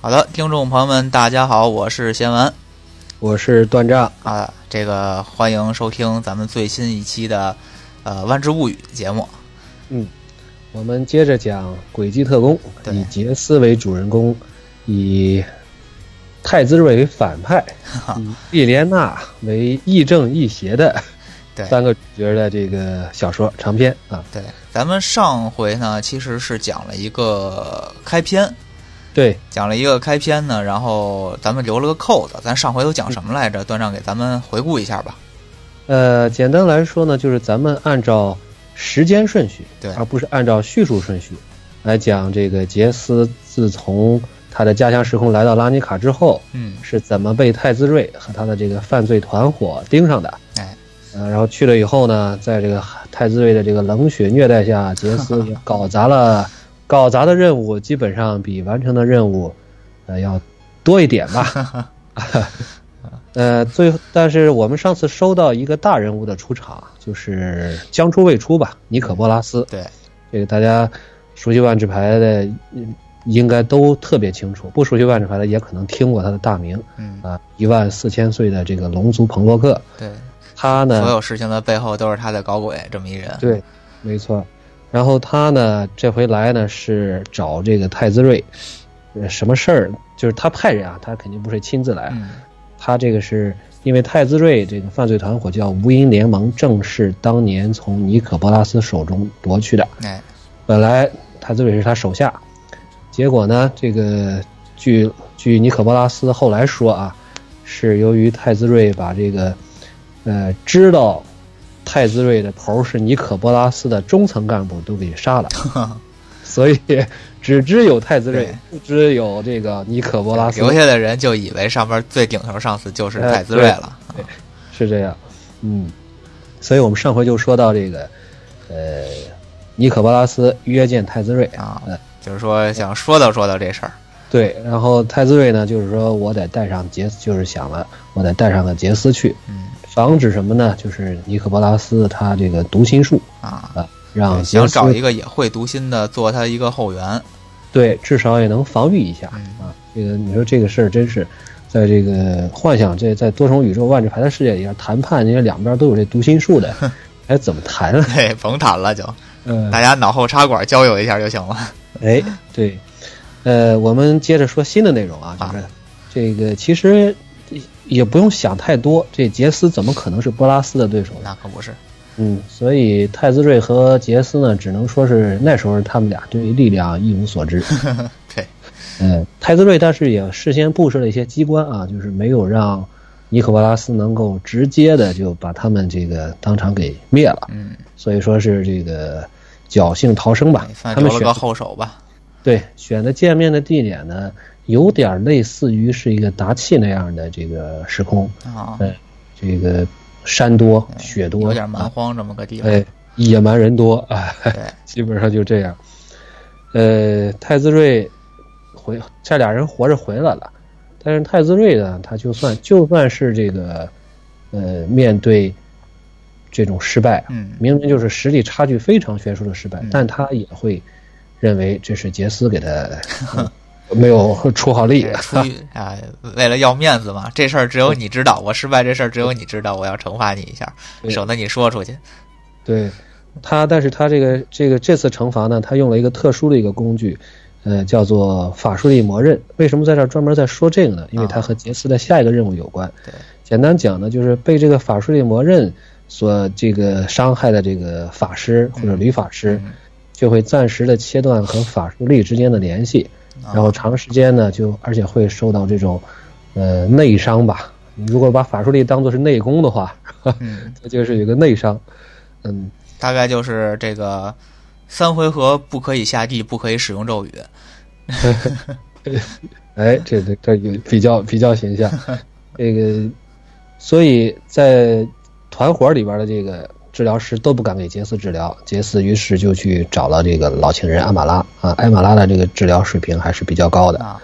好的，听众朋友们，大家好，我是贤文我是段丈，啊，这个欢迎收听咱们最新一期的呃《万智物语》节目。我们接着讲《轨迹特工》，对以杰斯为主人公，以太子睿为反 派，以莉莲娜为亦正亦邪的对三个主角的这个小说长篇啊。对，咱们上回呢其实是讲了一个开篇，对，讲了一个开篇呢，然后咱们留了个扣子。咱上回都讲什么来着？段丈给咱们回顾一下吧。呃，简单来说呢，就是咱们按照时间顺序，对而不是按照叙述顺序来讲这个杰斯自从他的家乡时空来到拉尼卡之后，嗯，是怎么被太子睿和他的这个犯罪团伙盯上的。哎，呃，然后去了以后呢，在这个太子睿的这个冷血虐待下，杰斯也搞砸了，搞砸的任务基本上比完成的任务，呃，要多一点吧。呃，最但是我们上次收到一个大人物的出场，就是将出未出吧，尼可波拉斯。对，这个大家熟悉万智牌的嗯应该都特别清楚，不熟悉万智牌的也可能听过他的大名嗯，啊，一万四千岁的这个龙族彭洛克，对，他呢所有事情的背后都是他在搞鬼，这么一人。对，没错。然后他呢，这回来呢是找这个太子睿，呃，什么事儿？就是他派人啊，他肯定不是亲自来，嗯，他这个是因为太子睿这个犯罪团伙叫无垠联盟，正是当年从尼可波拉斯手中夺去的。哎，本来太子睿是他手下，结果呢，这个据据尼可波拉斯后来说啊，是由于太子睿把这个呃知道太子睿的头儿是尼可波拉斯的中层干部都给杀了，所以只知有太子睿对，不知有这个尼可波拉斯留下的人就以为上边最顶头上司就是哎太子睿对了。是这样，嗯，所以我们上回就说到这个呃尼可波拉斯约见太子睿啊嗯，就是说想说道说道这事儿。对，然后太子睿呢，就是说我得带上杰斯，就是想了，我得带上个杰斯去，嗯防止什么呢？就是尼可波拉斯他这个读心术啊，啊，让对杰想斯找一个也会读心的做他一个后援。对，至少也能防御一下嗯啊。这个你说这个事儿真是，在这个幻想这在多重宇宙万智牌的世界里边谈判，你说两边都有这读 心术的，还怎么谈啊？对，甭谈了就，嗯、大家脑后插管交流一下就行了。 哎，对，呃，我们接着说新的内容啊，就是这个其实也不用想太多，这杰斯怎么可能是波拉斯的对手呢？那可不是，嗯，所以太子睿和杰斯呢，只能说是那时候他们俩对于力量一无 所知。 对，呃，太子睿但是也事先布置了一些机关啊，就是没有让尼可波拉斯能够直接的就把他们这个当场给灭了，嗯，所以说是这个侥幸逃生吧也。哎算他留们了选个后手吧。对，选的见面的地点呢，有点类似于是一个达契那样的这个时空，啊，嗯呃，这个山多雪多，有点蛮啊，荒这么个地方。哎，野蛮人多啊，对， 基本上就这样。呃，太子睿回这俩人活着回来了，但是太子睿呢，他就算就算是这个，呃，面对这种失败，啊嗯，明明就是实力差距非常悬殊的失败嗯，但他也会认为这是杰斯给他、 嗯没有出好力 这。出于啊，为了要面子嘛，这事儿只有你知道，我失败这事儿只有你知道，我要惩罚你一下，对省得你说出去。 对他，但是他这个这个这次惩罚呢，他用了一个特殊的一个工具，呃，叫做法术力魔刃。为什么在这儿专门在说这个呢？因为啊它和杰斯的下一个任务有关。对简单讲呢，就是被这个法术力魔刃所这个伤害的这个法师或者嗯女法师，嗯就会暂时的切断和法术力之间的联系。啊然后长时间呢，就而且会受到这种，呃，内伤吧。你如果把法术力当做是内功的话， 嗯，它就是有个内伤。嗯，大概就是这个三回合不可以下地，不可以使用咒语。哎，这这这有比较比较形象。这个，所以在团伙里边的这个治疗师都不敢给杰斯治疗，杰斯于是就去找到这个老情人艾玛拉啊，艾玛拉的这个治疗水平还是比较高的。啊，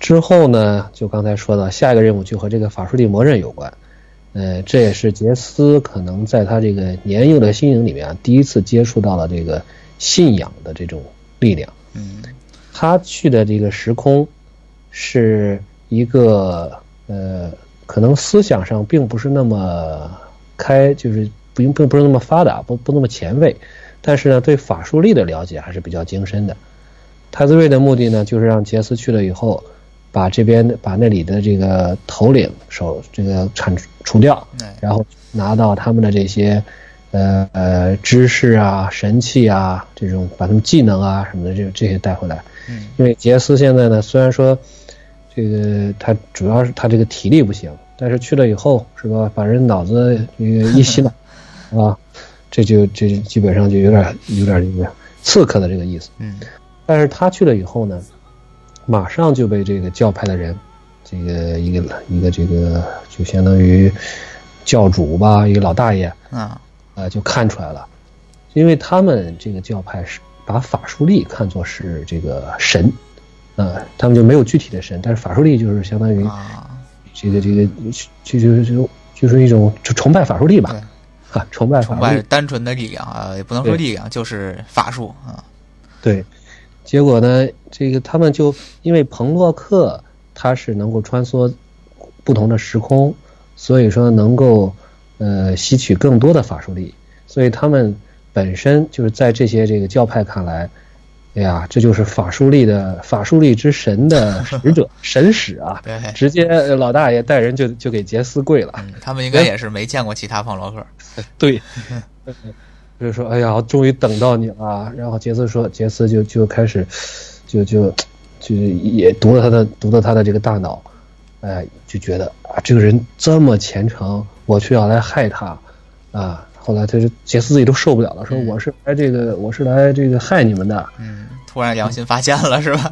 之后呢，就刚才说的下一个任务就和这个法术力魔刃有关。呃，这也是杰斯可能在他这个年幼的心灵里面啊，第一次接触到了这个信仰的这种力量。嗯，他去的这个时空是一个呃，可能思想上并不是那么开，就是不并并不是那么发达，不不那么前卫，但是呢，对法术力的了解还是比较精深的。太子睿的目的呢，就是让杰斯去了以后，把这边把那里的这个头领手这个铲除除掉，哎，然后拿到他们的这些，呃呃知识啊、神器啊这种，把他们技能啊什么的这这些带回来。嗯因为杰斯现在呢，虽然说这个他主要是他这个体力不行，但是去了以后是吧，把人脑子这个一洗脑啊，这就这就基本上就有点有点这个刺客的这个意思。嗯但是他去了以后呢，马上就被这个教派的人，这个一个一个这个就相当于教主吧，一个老大爷，啊，呃，就看出来了，因为他们这个教派是把法术力看作是这个神，呃，他们就没有具体的神，但是法术力就是相当于啊，这个这个就就就就是一种就崇拜法术力吧对，哈、崇拜崇法术拜力，单纯的力量啊，也不能说对力量，就是法术啊，对。结果呢，这个他们就因为彭洛克他是能够穿梭不同的时空，所以说能够呃吸取更多的法术力，所以他们本身就是在这些这个教派看来，哎呀，这就是法术力的法术力之神的使者神使啊，对，直接呃老大爷带人就就给杰斯跪了，嗯，他们应该也是没见过其他方洛克， 对，就说哎呀，终于等到你了。然后杰斯说，杰斯就就开始，就就就也读了他的读了他的这个大脑，哎，就觉得啊，这个人这么虔诚，我却要来害他，啊。后来他就杰斯自己都受不了了，说我是来这个我是来这个害你们的。嗯，突然良心发现了是吧？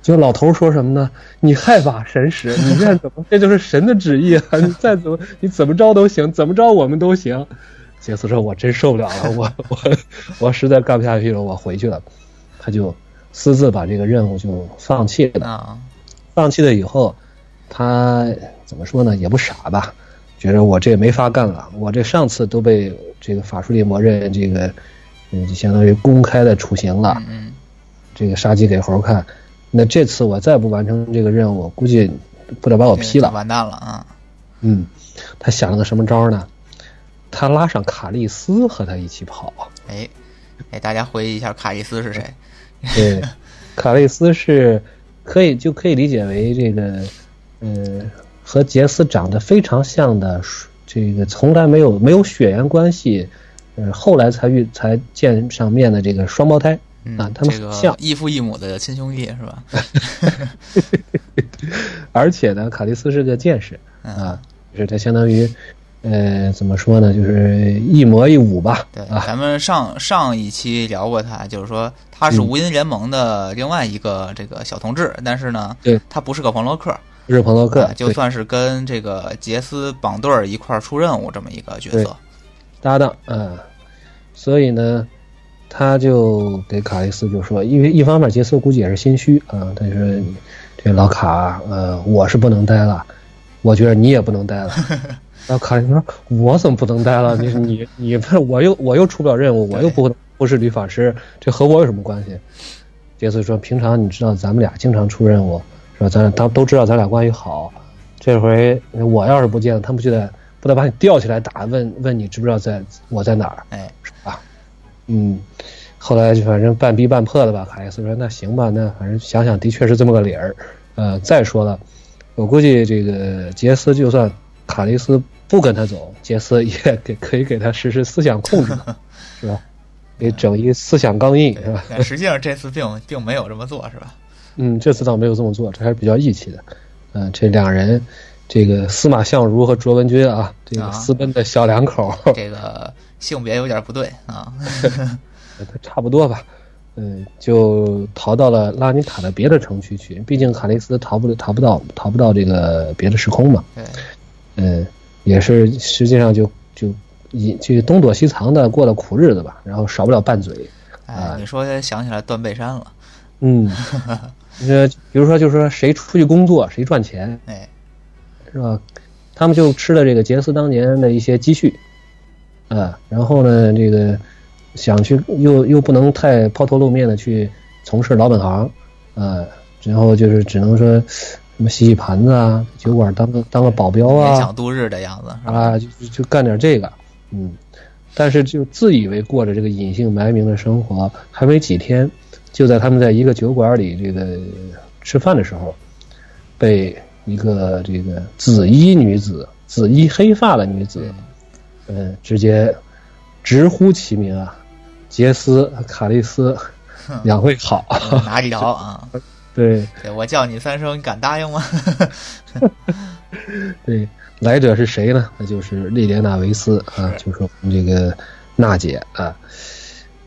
就老头说什么呢？你害怕神 使，你愿怎么，这就是神的旨 意啊！你再怎么，你怎么着都行，怎么着我们都行。杰斯说：“我真受不了了，我我我实在干不下去了，我回去了。”他就私自把这个任务就放弃了。啊，放弃了以后，他怎么说呢？也不傻吧，觉得我这没法干了，我这上次都被这个法术力默认这个，嗯，就相当于公开的处刑了。嗯嗯这个杀鸡给猴看，那这次我再不完成这个任务，估计不得把我嗯这劈就了。完蛋了啊，嗯，他想了个什么招呢？他拉上卡利斯和他一起跑。哎，哎，大家回忆一下卡伊斯是谁？对，卡利斯是可以就可以理解为这个，呃，和杰斯长得非常像的，这个从来没有没有血缘关系，呃，后来才遇才见上面的这个双胞胎。嗯啊，他们这很个像异父异母的亲兄弟是吧？而且呢，卡利斯是个剑士嗯啊，就是他相当于，呃，怎么说呢，就是一魔一武吧。对，啊，咱们上上一期聊过他，就是说他嗯是无音联盟的另外一个这个小同志，但是呢，对他不是个黄洛克，日彭洛克啊，就对算是跟这个杰斯绑队儿一块儿出任务这么一个角色。搭档啊，所以呢，他就给卡利斯就说，因为一方面杰斯估计也是心虚啊，他就说这老卡，呃，我是不能待了，我觉得你也不能待了。然后卡利斯说，我怎么不能待了？你你你，我又我又出不了任务，我又不不是女法师，这和我有什么关系？杰斯说，平常你知道咱们俩经常出任务，是吧？咱俩都都知道咱俩关系好，这回我要是不见了，他们就得不得把你吊起来打，问问你知不知道在我在哪儿，哎，是吧？嗯，后来就反正半逼半破的吧，卡耶斯说那行吧，那反正想想的确是这么个理儿。呃，再说了，我估计这个杰斯就算卡利斯不跟他走，杰斯也给可以给他实施思想控制嘛，是吧？给整一思想钢印是吧？但实际上这次并并没有这么做，是吧？嗯，这次倒没有这么做，这还是比较义气的。嗯、这两人，这个司马相如和卓文君啊，这啊个私奔的小两口，这个性别有点不对啊。 差不多吧。嗯，就逃到了拉尼塔的别的城区去，毕竟卡雷斯逃不逃不到逃不到这个别的时空嘛。对，嗯，也是实际上就就以这个东躲西藏的过了苦日子吧，然后少不了拌嘴。啊哎，你说想起来断背山了，嗯，呃，比如说就是说谁出去工作谁赚钱，哎，是吧？他们就吃了这个杰斯当年的一些积蓄，啊，然后呢，这个想去又又不能太抛头露面的去从事老本行，啊，然后就是只能说什么洗洗盘子啊，酒馆当个当个保镖勉啊强度日的样子，是吧？啊，就就干点这个，嗯。但是就自以为过着这个隐姓埋名的生活，还没几天，就在他们在一个酒馆里这个吃饭的时候，被一个这个紫衣女子、紫衣黑发的女子，嗯，直接直呼其名啊，杰斯·卡利斯两位好， 嗯拿着聊啊，对对我叫你三声，你敢答应吗？ 对，来者是谁呢？那就是莉莲娜·维斯啊，就是我们这个娜姐啊。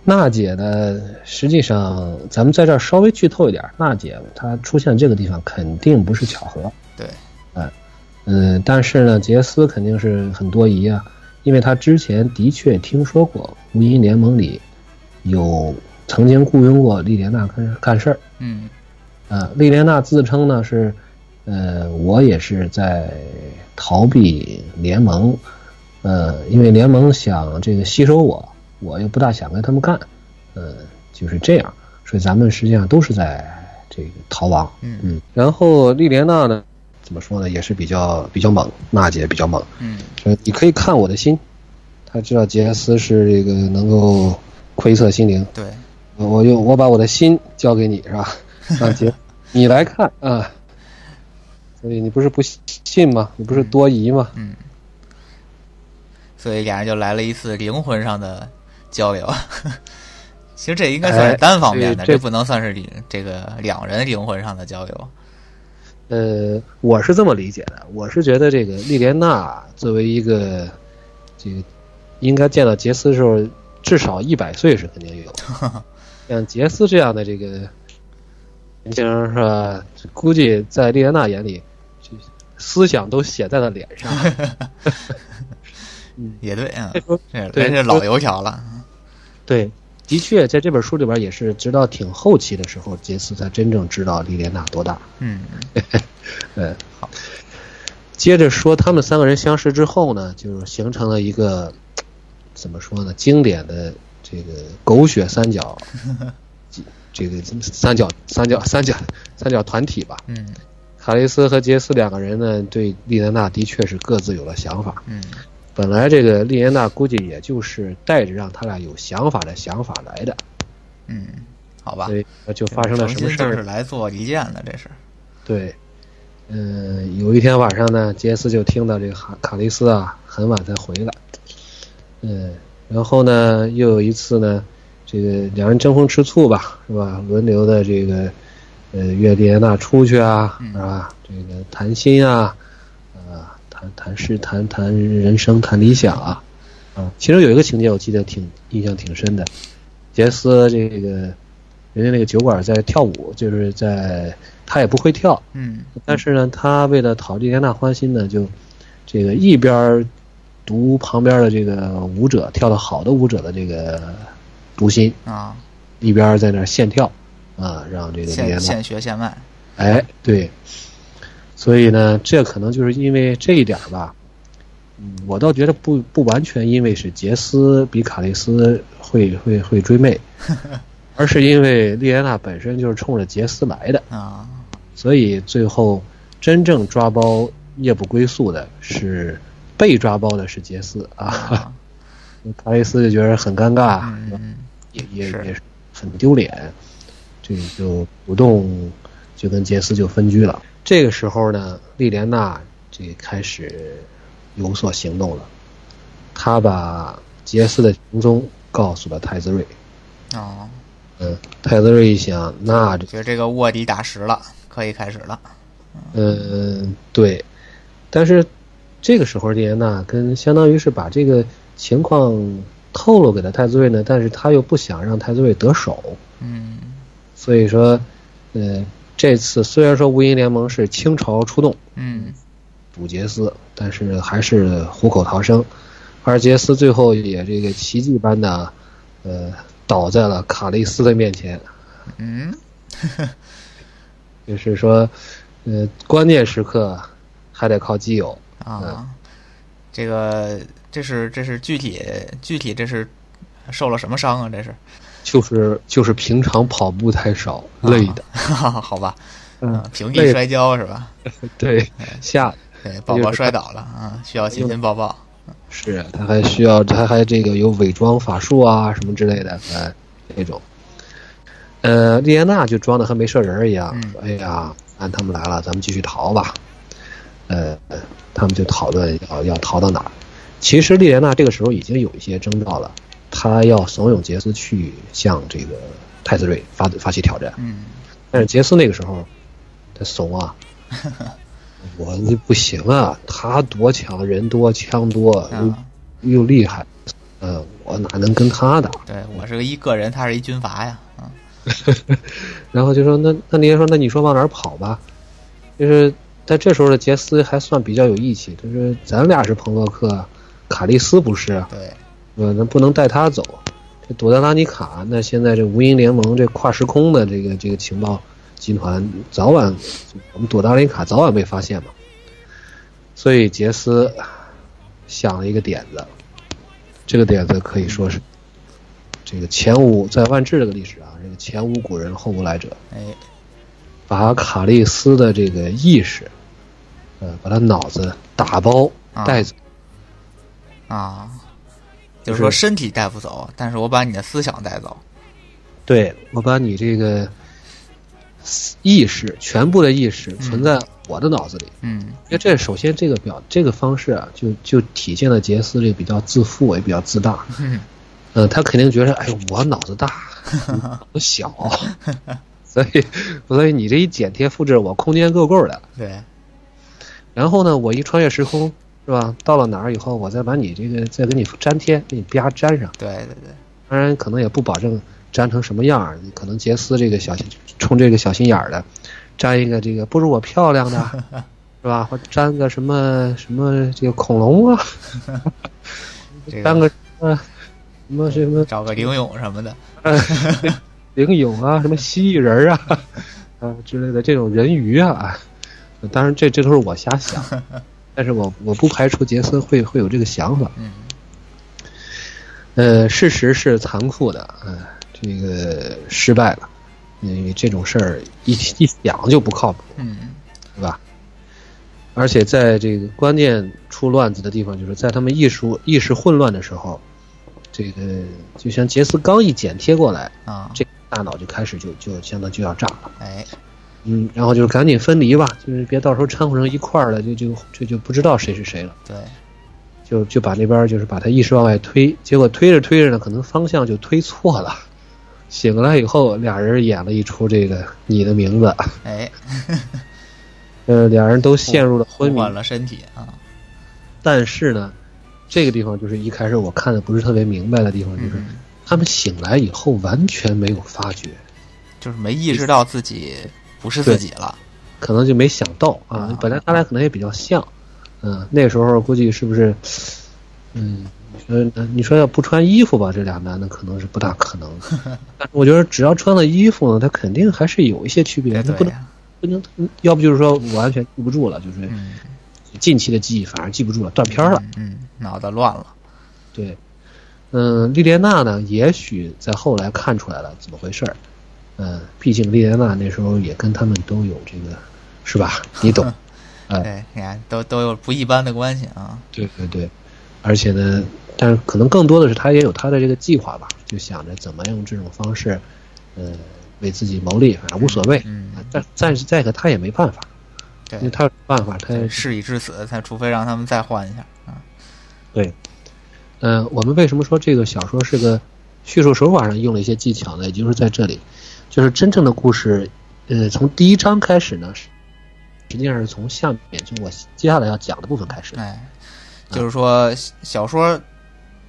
娜姐呢，实际上咱们在这儿稍微剧透一点，娜姐她出现这个地方肯定不是巧合，对，嗯，但是呢，杰斯肯定是很多疑啊，因为他之前的确听说过无因联盟里有曾经雇佣过莉莲娜干干事儿，嗯啊，莉莲娜自称呢是，呃，我也是在逃避联盟，呃，因为联盟想这个吸收我，我又不大想跟他们干，呃，就是这样，所以咱们实际上都是在这个逃亡，嗯嗯，然后莉莲娜呢，怎么说呢，也是比较比较猛，娜姐比较猛，嗯说你可以看我的心，她知道杰斯是这个能够窥测心灵，对，呃我用我把我的心交给你是 吧？啊，姐，你来看啊。所以你不是不信吗？你不是多疑吗？嗯，所以俩人就来了一次灵魂上的交流。 其实这应该算是哎单方面的，这这不能算是灵这个两人灵魂上的交流。呃，我是这么理解的，我是觉得这个莉莲娜作为一个这个应该见到杰斯的时候，至少一百岁是肯定有。 像杰斯这样的这个年轻人是吧？估计在莉莲娜眼里，这思想都写在了脸上。也对啊，这对人是老油条了。对，的确，在这本书里边也是，直到挺后期的时候，杰斯才真正知道莉莲娜多大。嗯，嗯，好。接着说，他们三个人相识之后呢，就是形成了一个怎么说呢，经典的这个狗血三角，这个三角三角三角三角团体吧。嗯卡雷斯和杰斯两个人呢，对莉莲娜的确是各自有了想法。嗯本来这个莉莲娜估计也就是带着让他俩有想法的想法来的，嗯，好吧所。以就发生了什么重事新儿就是？来做离间的，这是。对，嗯、有一天晚上呢，杰斯就听到这个卡卡利斯啊很晚才回来，嗯，然后呢，又有一次呢，这个两人争风吃醋吧，是吧？轮流的这个，呃，约迪安娜出去啊，嗯是吧？这个谈心啊，啊，谈谈事，谈谈人生，谈理想啊，啊，其中有一个情节我记得挺印象挺深的，杰斯这个人家那个酒馆在跳舞，就是在他也不会跳，嗯但是呢，他为了讨莉莲娜欢心呢，就这个一边儿读旁边的这个舞者跳的好的舞者的这个读心，啊，一边儿在那儿现跳，啊，让这个莉现莲娜，现学现卖。哎，对，所以呢，这可能就是因为这一点儿吧。嗯我倒觉得不不完全因为是杰斯比卡利斯会会会追妹，而是因为莉莲娜本身就是冲着杰斯来的。啊，所以最后真正抓包夜不归宿的是被抓包的是杰斯啊， 啊卡雷斯就觉得很尴尬，嗯嗯也也是也是很丢脸，这就主动就跟杰斯就分居了。这个时候呢，莉莲娜这开始有所行动了，她把杰斯的行踪告诉了太子睿。嗯哦，嗯，太子睿一想，那这觉得这个卧底打实了，可以开始了。嗯，对，但是这个时候，莉莲娜跟相当于是把这个情况透露给了太子睿呢，但是他又不想让太子睿得手，嗯所以说，呃，这次虽然说无垠联盟是倾巢出动嗯堵杰斯，但是还是虎口逃生，而杰斯最后也这个奇迹般的，呃，倒在了卡利斯的面前，嗯就是说，呃，关键时刻还得靠基友。嗯啊，这个这是这是具体具体这是受了什么伤啊？这是 就是就是平常跑步太少累的，哈哈，好吧，啊嗯，平地摔跤是吧？对，吓对，宝宝摔倒了啊，需要嗯亲亲抱抱。是，他还需要，他还这个有伪装法术啊，什么之类的，呃，那种。呃，莉安娜就装的和没事人儿一样，嗯说：“哎呀，按他们来了，咱们继续逃吧。”呃，他们就讨论要要逃到哪儿。其实莉莲娜这个时候已经有一些征兆了，她要怂恿杰斯去向这个太子睿发发起挑战。嗯，但是杰斯那个时候，他怂啊，我这不行啊，他多强，人多枪多，啊，又又厉害，呃，我哪能跟他打？对我是个一个人，他是一军阀呀。嗯然后就说那那您说那你说往哪儿跑吧？就是在这时候的杰斯还算比较有义气，就是咱俩是朋洛克，卡利斯不是啊，对，呃，咱不能带他走。这躲在拉尼卡，那现在这无垠联盟这跨时空的这个这个情报集团，早晚我们躲到拉尼卡早晚被发现嘛。所以杰斯想了一个点子，这个点子可以说是这个前无在万智这个历史啊，这个前无古人后无来者。哎，把卡利斯的这个意识，呃，把他脑子打包啊带走。啊，就是说身体带不走，但是我把你的思想带走。对我把你这个意识全部的意识存在我的脑子里。嗯因为这首先这个表这个方式啊，就就体现了杰斯这个比较自负也比较自大。嗯嗯，他肯定觉得，哎呦，我脑子大，你脑子小，所以所以你这一剪贴复制，我空间够够的。对，然后呢，我一穿越时空，是吧？到了哪儿以后，我再把你这个再给你粘贴，给你啪粘上。对对对，当然，可能也不保证粘成什么样儿，可能杰斯这个小心冲这个小心眼儿的，粘一个这个不如我漂亮的，是吧？或粘个什么什么这个恐龙啊，这粘个个什么什么什么找个游泳什么的。灵蛹啊，什么蜥蜴人啊， 啊之类的这种人鱼啊，当然这这都是我瞎想，但是我我不排除杰斯会会有这个想法。嗯呃，事实是残酷的，嗯、这个失败了，因为这种事儿一一想就不靠谱，嗯，对吧？而且在这个关键出乱子的地方，就是在他们意识意识混乱的时候，这个就像杰斯刚一剪贴过来，啊，这个大脑就开始就就相当就要炸了，哎，嗯，然后就是赶紧分离吧，就是别到时候掺和成一块儿了，就就这就不知道谁是谁了。对，就就把那边儿就是把他意识往外推，结果推着推着呢，可能方向就推错了。醒来以后，俩人演了一出这个你的名字，哎，呃，俩人都陷入了昏互迷换。了身体啊。但是呢，这个地方就是一开始我看的不是特别明白的地方，就是嗯，他们醒来以后完全没有发觉，就是没意识到自己不是自己了。可能就没想到啊啊。本来他俩可能也比较像，嗯，那时候估计是不是，嗯，你说你说要不穿衣服吧，这俩男的可能是不大可 能。但是我觉得只要穿了衣服呢，他肯定还是有一些区别。对他不哎对能呀，不能，要不就是说我完全记不住了，就是嗯，近期的记忆反而记不住了，断片儿了。嗯，嗯，脑子乱了。对，嗯，莉莲娜呢，也许在后来看出来了怎么回事儿。嗯，毕竟莉莲娜那时候也跟他们都有这个，是吧？你懂。哎对，你看都都有不一般的关系啊。对对对，而且呢，但是可能更多的是他也有他的这个计划吧，就想着怎么用这种方式，呃，为自己谋利，反正无所谓。嗯，但但是再一个他也没办法，因对，为他有办法，他事已至此，他除非让他们再换一下啊。对，呃，我们为什么说这个小说是个叙述手法上用了一些技巧呢？也就是在这里，就是真正的故事，呃，从第一章开始呢，是实际上是从下面就我接下来要讲的部分开始。哎，就是说小说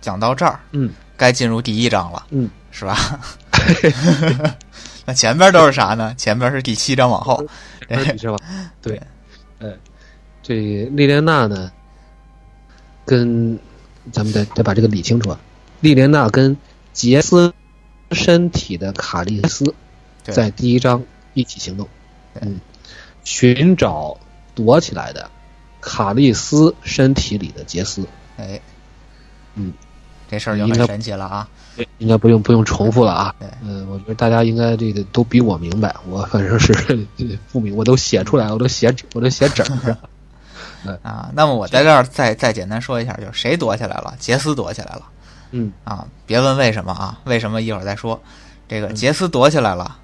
讲到这儿，嗯，该进入第一章了，嗯，是吧？ 那前边都是啥呢？前边是第七章往后， 哎科比是吧？对，呃，这莉莲娜呢，跟咱们得得把这个理清楚啊。莉莲娜跟杰斯身体的卡利斯对在第一章一起行动，对嗯，寻找躲起来的卡利斯身体里的杰斯。哎，这事儿嗯就很神奇了啊！应该不用不用重复了啊。对嗯，我觉得大家应该这个都比我明白，我反正是 不明，我都写出来，我都写我都写整 上。啊，那么我在这儿再再简单说一下，就是谁躲起来了？杰斯躲起来了嗯啊！别问为什么啊，为什么一会儿再说。这嗯个杰斯躲起来了，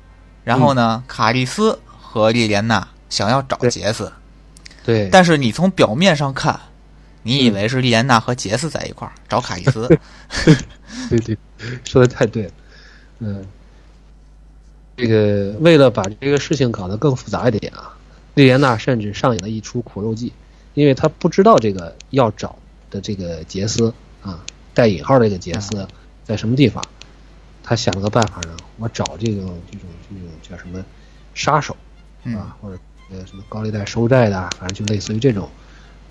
然后呢，卡莉斯和莉莲娜想要找对杰斯，对，嗯但是你从表面上看，你以为是莉莲娜和杰斯在一块儿找卡莉 斯，对对， 说的太对了。嗯，这个为了把这个事情搞得更复杂一点啊，莉莲娜甚至上演了一出苦肉计，因为她不知道这个要找的这个杰斯啊，带引号的这个杰嗯斯在什么地方，她想了个办法呢，我找这种这种这种叫什么杀手嗯啊，或者呃什么高利贷收债的啊，反正就类似于这种。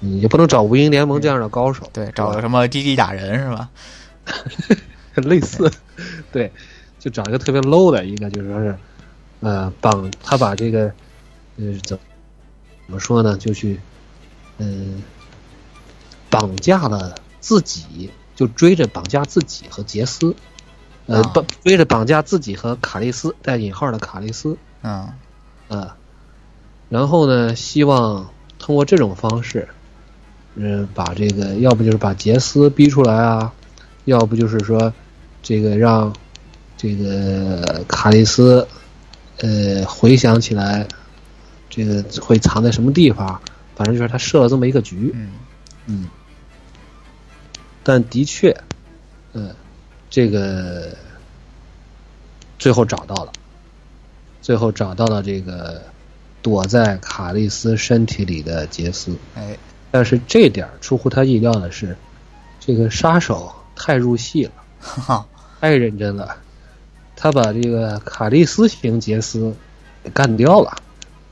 嗯，也不能找无垠联盟这样的高手，对，是吧找什么滴滴打人是吧？ 类似，对，就找一个特别 low 的一个，就是说是，呃，绑他把这个，呃，怎怎么说呢，就去，嗯、绑架了自己，就追着绑架自己和杰斯，呃，啊绑、追着绑架自己和卡莉斯带引号的卡莉斯，嗯啊，然后呢，希望通过这种方式，嗯，把这个要不就是把杰斯逼出来啊，要不就是说这个让这个卡莉斯呃回想起来，这个会藏在什么地方，反正就是他设了这么一个局。嗯嗯，但的确，嗯，这个最后找到了，最后找到了这个躲在卡利斯身体里的杰斯。哎 但是这点儿出乎他意料的是，这个杀手太入戏了，哈哈太认真了，他把这个卡利斯型杰斯给干掉了。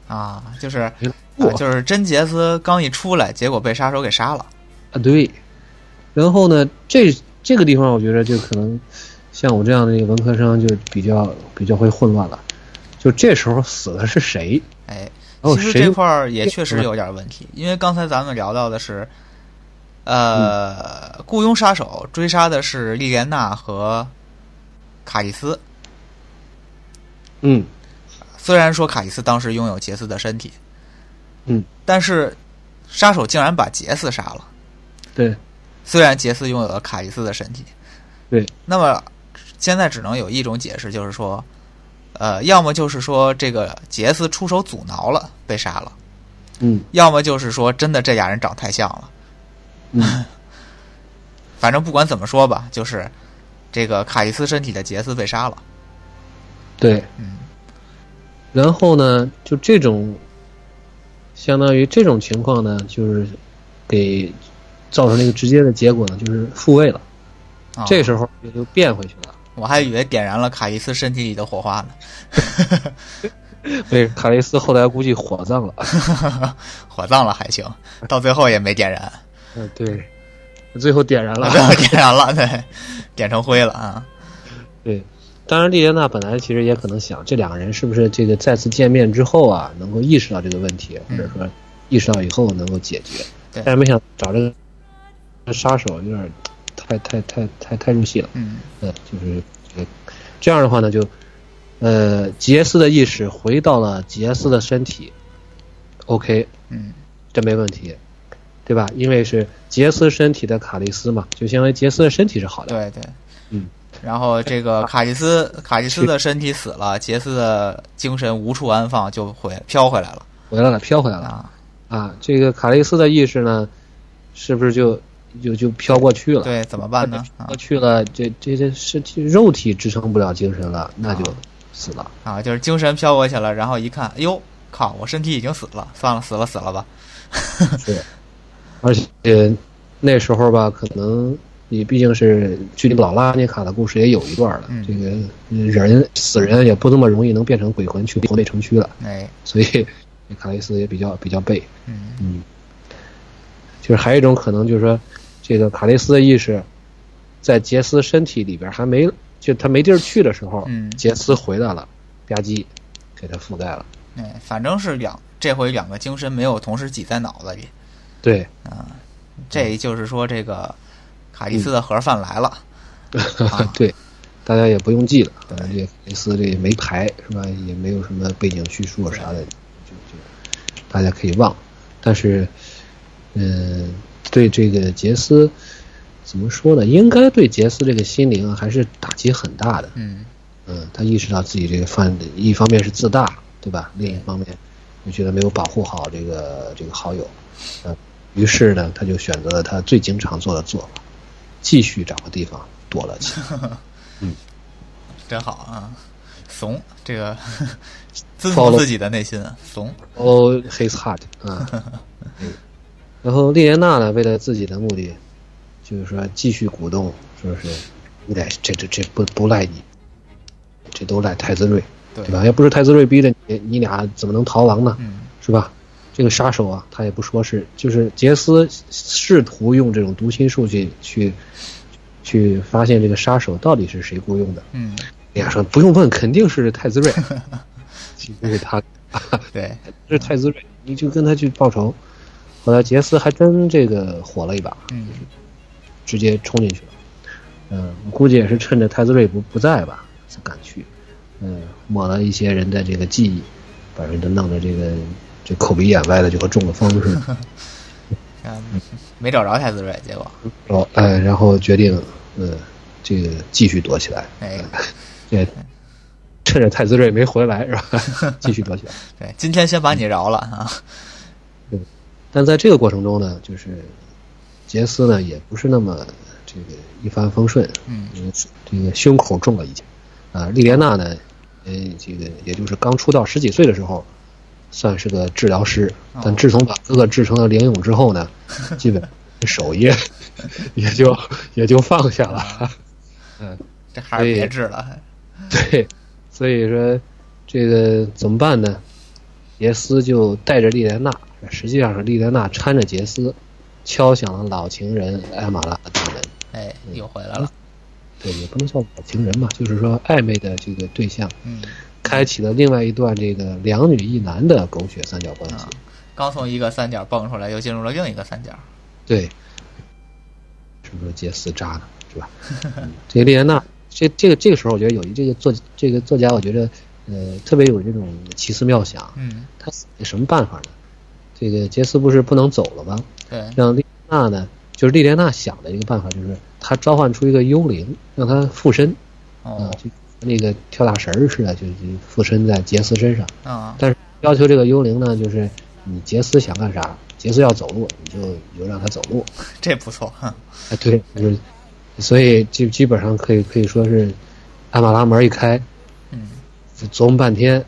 啊，就是、我啊就是真杰斯刚一出来，结果被杀手给杀了。啊，对。然后呢，这这个地方我觉得就可能像我这样的一个文科生就比较比较会混乱了。就这时候死的是谁？哎，哦，其实谁这块儿也确实有点问题，因为刚才咱们聊到的是，嗯呃，雇佣杀手追杀的是莉莲娜和卡莉斯。嗯虽然说卡莉斯当时拥有杰斯的身体，嗯，但是杀手竟然把杰斯杀了。对虽然杰斯拥有了卡莉斯的身体，对，那么现在只能有一种解释，就是说，呃，要么就是说这个杰斯出手阻挠了，被杀了。嗯要么就是说真的这俩人长太像了。嗯反正不管怎么说吧，就是这个卡伊斯身体的杰斯被杀了。对。嗯然后呢，就这种相当于这种情况呢，就是给造成了一个直接的结果呢，就是复位了。啊、这时候也就变回去 了。我还以为点燃了卡伊斯身体里的火花呢， 对，卡雷斯后来估计火葬了。火葬了还行，到最后也没点 燃，嗯，对，最后点燃了 到。最后点燃了，对，点成灰了啊。对，当然，莉莲娜本来其实也可能想，这两个人是不是这个再次见面之后啊，能够意识到这个问题，或者说意识到以后能够解决。对但是没想找这个杀手有点太太太太太入戏了。嗯嗯，就是这个这样的话呢，就呃，杰斯的意识回到了杰斯的身体。OK，嗯这没问题，对吧？因为是杰斯身体的卡利斯嘛，就相当于杰斯的身体是好的。对对，嗯。然后这个卡伊斯，卡伊斯的身体死了，杰斯的精神无处安放，就回飘回来了回来了，飘回来了。啊。啊，这个卡利斯的意识呢，是不是就就就飘过去了？对，怎么办呢？飘啊过去了，这这这身体肉体支撑不了精神了，那就死了。啊，就是精神飘过去了，然后一看，哎呦，靠，我身体已经死了，算了，死了死了吧。是，而且那时候吧，可能你毕竟是距离老拉涅卡的故事也有一段了，嗯这个人死人也不那么容易能变成鬼魂去魂内城区了，哎，所以卡利斯也比较比较背。嗯嗯，就是还有一种可能就是说，这个卡雷斯的意识在杰斯身体里边还没就他没地儿去的时候，嗯，杰斯回来了，吧唧给他覆盖了。哎，反正是两这回两个精神没有同时挤在脑子里，对嗯这就是说这个卡蒂斯的盒饭来了。啊 对，大家也不用记了。当然，这雷斯这也没排是吧？也没有什么背景叙述啊啥的，就就大家可以忘。但是，嗯、对这个杰斯怎么说呢？应该对杰斯这个心灵啊还是打击很大的。嗯嗯，他意识到自己这个犯，一方面是自大，对吧？另一方面，又觉得没有保护好这个这个好友，嗯，于是呢，他就选择了他最经常做的做法，继续找个地方躲了起来。 真好啊，怂，这个 遵 Follow 从自己的内心啊，怂，哦，his heart 啊。嗯然后莉莲娜呢，为了自己的目的，就是说继续鼓动，说是你得这这这不不赖你，这都赖太子睿，对对吧？要不是太子睿逼着你，你俩怎么能逃亡呢？嗯，是吧？这个杀手啊，他也不说是，就是杰斯试图用这种读心术去去去发现这个杀手到底是谁雇佣的。嗯，人家说不用问，肯定是太子睿，其实是他，嗯对，是太子睿，你就跟他去报仇。后来杰斯还真这个火了一把，嗯，直接冲进去了。嗯，我估计也是趁着太子睿不不在吧，才敢去。嗯，抹了一些人的这个记忆，把人都弄得这个这口鼻眼歪的，就和中了风似的。嗯，没找着太子睿，结果，哦，哎，然后决定，嗯，这个继续躲起来，哎，也趁着太子睿没回来是吧？继续躲起来。对，今天先把你饶了啊，但在这个过程中呢，就是杰斯呢也不是那么这个一帆风顺，啊嗯，因为这个胸口中了一箭。啊，莉莲娜呢，呃，这个也就是刚出道十几岁的时候，算是个治疗师，但自从把哥哥治成了灵俑之后呢，基本手艺 也就也就放下了。嗯，这还是对别治了， 对，所以说这个怎么办呢？杰斯就带着莉莲娜，实际上是莉莲娜搀着杰斯，敲响了老情人艾玛拉的大门。哎，又回来了，对，也不能叫老情人嘛，就是说暧昧的这个对象，嗯，开启了另外一段这个两女一男的狗血三角关系啊。，刚从一个三角蹦出来，又进入了另一个三角，对，是不是杰斯渣呢？是吧？嗯这个莉莲娜，这这个这个时候，我觉得有一这个作这个作家，我觉得呃特别有这种奇思妙想。嗯，他什么办法呢？这个杰斯不是不能走了吗？对，让莉莲娜呢，就是莉莲娜想的一个办法，就是她召唤出一个幽灵，让他附身啊哦，，就跟那个跳大神儿似的，就就附身在杰斯身上。啊，但是要求这个幽灵呢，就是你杰斯想干啥，杰斯要走路，你就你就让他走路。这不错，哼哎，对，就是，所以基基本上可以可以说是，艾玛拉门一开，嗯，琢磨半天，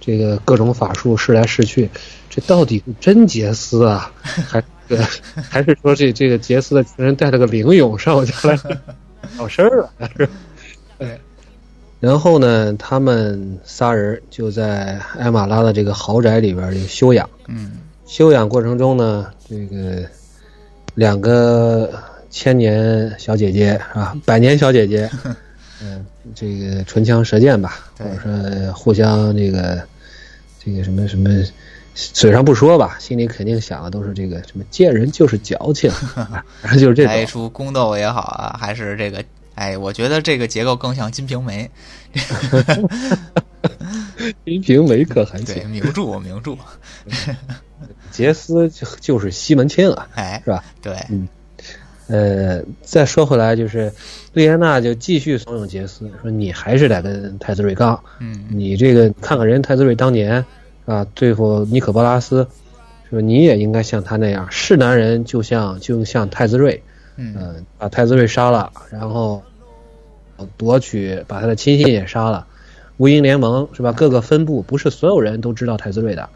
这个各种法术试来试去，这到底是真杰斯啊，还是这个还是说这这个杰斯的情人带了个灵俑上我家来搞事儿了？是对。然后呢，他们仨人就在艾玛拉的这个豪宅里边儿就休养。嗯，休养过程中呢，这个两个千年小姐姐 啊，百年小姐姐，嗯，这个唇枪舌剑吧，或对者说互相这个这个什么什么，嘴上不说吧，心里肯定想的都是这个什么见人就是矫 情，啊反正就是这来一种。出宫斗也好啊，还是这个，哎，我觉得这个结构更像《金瓶 梅金瓶梅可还》，对，行，名著，名著，杰斯就就是西门庆啊，哎，是吧？对，呃，再说回来，就是莉安娜就继续怂恿杰斯说：“你还是得跟太子睿杠，嗯，你这个看看人太子睿当年啊对付尼可波拉斯，说你也应该像他那样，是男人就像就像太子睿，嗯，嗯、把太子睿杀了，然后夺取把他的亲信也杀了，无垠联盟是吧？各个分部不是所有人都知道太子睿的，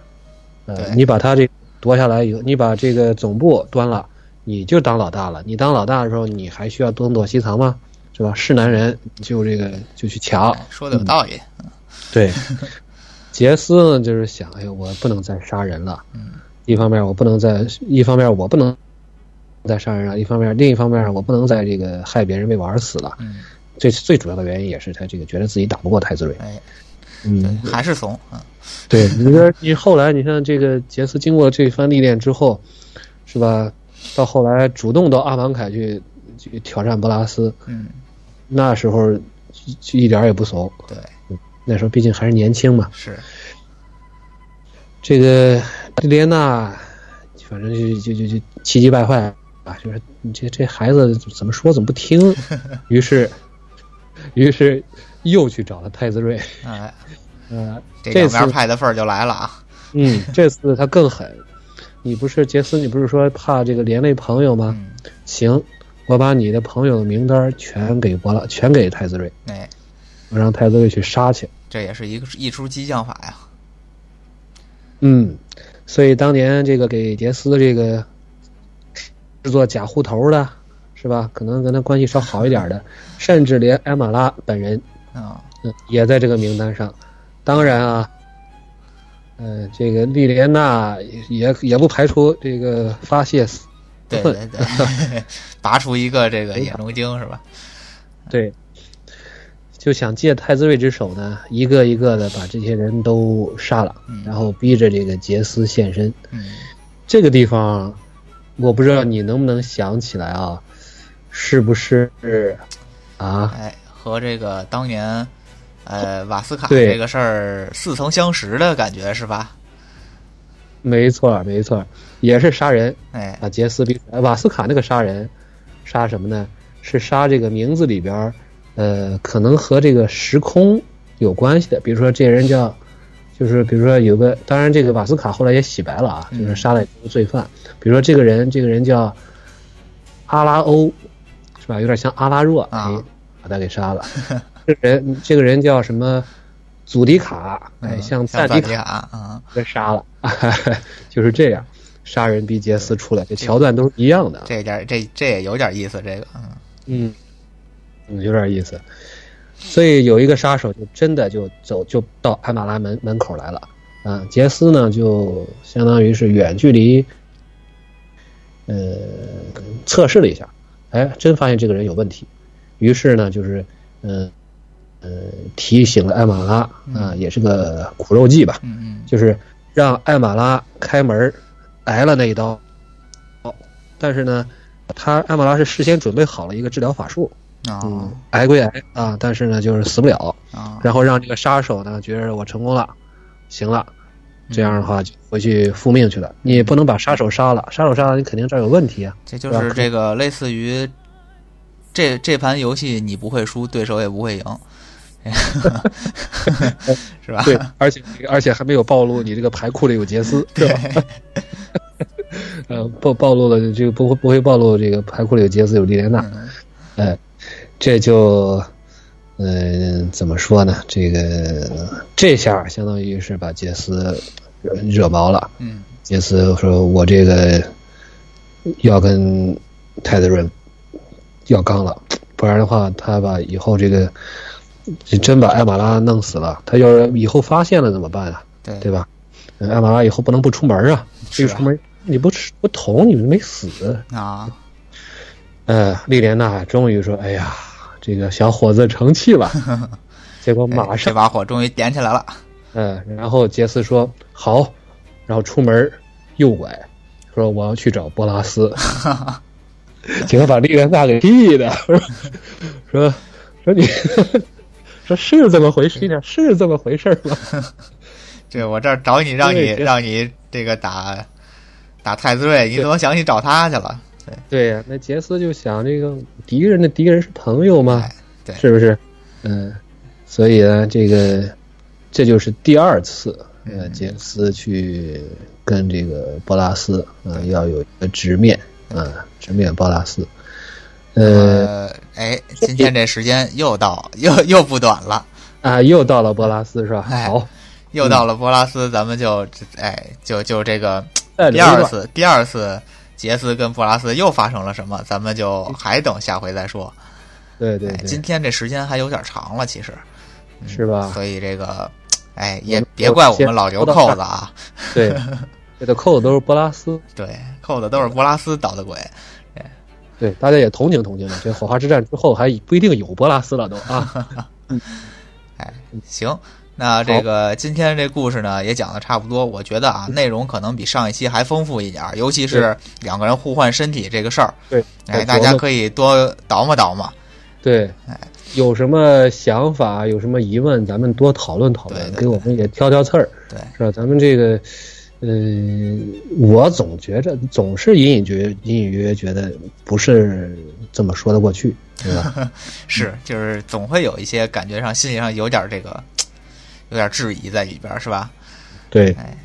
呃，对你把他这夺下来以后，你把这个总部端了，你就当老大了。你当老大的时候，你还需要东躲西藏吗？是吧？是男人就这个就去抢，说的有道理，对，杰斯呢就是想，哎呦，我不能再杀人了。嗯一方面我不能再，一方面我不能再杀人了，一方面另一方面我不能再这个害别人为我而死了。嗯，最最主要的原因也是他这个觉得自己打不过太子睿。哎，嗯，还是怂，嗯，对，你说你后来你看这个杰斯经过这番历练之后，是吧？到后来主动到阿芒凯去去挑战波拉斯，嗯，那时候就一点儿也不怂，对，那时候毕竟还是年轻嘛。是，这个莉莲娜，反正就就就就气急败坏啊，就是你这这孩子怎么说怎么不听，于是，于是又去找了太子睿，哎，呃，这这两次边派的份儿就来了啊，嗯，这次他更狠，你不是杰斯，你不是说怕这个连累朋友吗？嗯，行，我把你的朋友的名单全给博拉，全给太子睿，哎，我让太子睿去杀去。这也是一个一出激将法呀，嗯，所以当年这个给杰斯这个制作假户头的，是吧？可能跟他关系稍好一点的，甚至连埃马拉本人嗯，嗯也在这个名单上。当然啊，呃，这个莉莲娜也也不排除这个发泄私对 对对， 拔出一个这个眼中钉是吧？对，就想借太子睿之手呢，一个一个的把这些人都杀了，嗯然后逼着这个杰斯现身。嗯，这个地方，我不知道你能不能想起来啊，是不是啊？哎，和这个当年，呃，瓦斯卡对这个事儿似曾相识的感觉是吧？没错儿，没错儿，也是杀人哎，啊。杰斯逼瓦斯卡那个杀人，杀什么呢？是杀这个名字里边儿，呃，可能和这个时空有关系的。比如说这人叫，就是比如说有个，当然这个瓦斯卡后来也洗白了啊，嗯就是杀了一个罪犯。比如说这个人，这个人叫阿拉欧，是吧？有点像阿拉若，啊哎，把他给杀了。这个人，这个人叫什么？祖迪卡，哎，嗯像像赞迪迪卡卡，嗯，被杀了， 就是这样，杀人逼杰斯出来，这桥段都是一样的。啊这点这这也有点意思，这个，嗯嗯，嗯，有点意思。所以有一个杀手就真的就走就到安马拉门门口来了。啊，杰斯呢就相当于是远距离，呃，测试了一下，哎，真发现这个人有问题。于是呢，就是，嗯、呃，提醒了艾马拉啊，也是个苦肉计吧，嗯就是让艾玛拉开门儿挨了那一刀。哦，但是呢，他艾玛拉是事先准备好了一个治疗法术，嗯，哦挨归挨啊，但是呢就是死不了。啊，然后让这个杀手呢觉得我成功了，行了，这样的话就回去复命去了。你也不能把杀手杀了，杀手杀了你肯定这儿有问题啊。这就是这个类似于这这盘游戏你不会输，对手也不会 赢，是吧？对，而且而且还没有暴露你这个牌库里有杰斯，是吧？ 呃，暴暴露了这个不会不会暴露这个牌库里有杰斯有莉莲娜，嗯哎，这就，嗯、怎么说呢？这个这下相当于是把杰斯惹惹毛了。嗯杰斯说：“我这个要跟泰德润要刚了，不然的话，他把以后这个真把艾玛拉弄死了，他要是以后发现了怎么办啊？对对吧？嗯艾玛拉以后不能不出门啊，是啊这个出门你不吃不捅，你没死。”啊，呃，莉莲娜终于说：“哎呀，这个小伙子成器了。”结果马哎这上，把火终于点起来了，呃，然后杰斯说：“好。”然后出门右拐，说：“我要去找波拉斯。”结果把莉莲娜给气的，说：“说说你， 说是这么回事呢，是这么回事吗？对我这儿找你，让你对这让你这个打打太子睿，你怎么想起找他去了？对，对呀、那杰斯就想，这个敌人的敌人是朋友嘛，哎对是不是？嗯，所以呢，这个这就是第二次，呃，嗯杰斯去跟这个波拉斯，啊、要有一个直面，啊、直面波拉斯，呃，呃，哎，今天这时间又到， 又又不短了，啊，又到了波拉斯是吧？哎好，又到嗯了波拉斯，咱们就哎就就这个再第聊一二段，次，第二次杰斯跟波拉斯又发生了什么？咱们就还等下回再说。对嗯对哎，对今，天这时间还有点长了，其实是 吧？所以这个，哎，也们别怪我们老刘扣子啊，对，这个扣的都是波拉斯，对，扣子都是波拉斯捣的鬼。对，大家也同情同情吧。这火花之战之后还不一定有波拉斯了都啊，哎，行，那这个今天这故事呢也讲的差不多，我觉得啊，嗯内容可能比上一期还丰富一点儿，尤其是两个人互换身体这个事儿，对，哎，对大琢家磨可以多倒磨倒磨。对哎，有什么想法，有什么疑问，咱们多讨论讨对论，对给我们也挑挑刺儿，对是吧？咱们这个，呃，我总觉着总是隐隐觉隐隐约约觉得不是这么说得过去，对 吧？嗯是，就是总会有一些感觉上、心理上有点儿这个，有点儿质疑在里边儿，是吧？对，哎，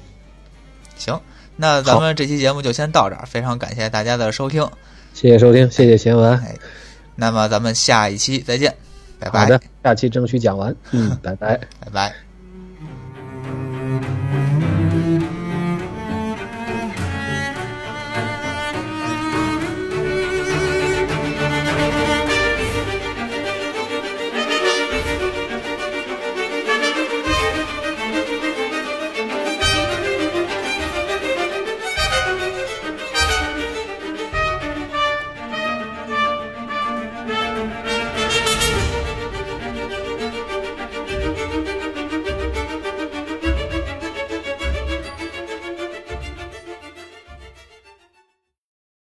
行，那咱们这期节目就先到这儿，非常感谢大家的收听，谢谢收听，谢谢贤文，哎，那么咱们下一期再见，拜好拜， 的，下期争取讲完，嗯，拜拜。拜拜。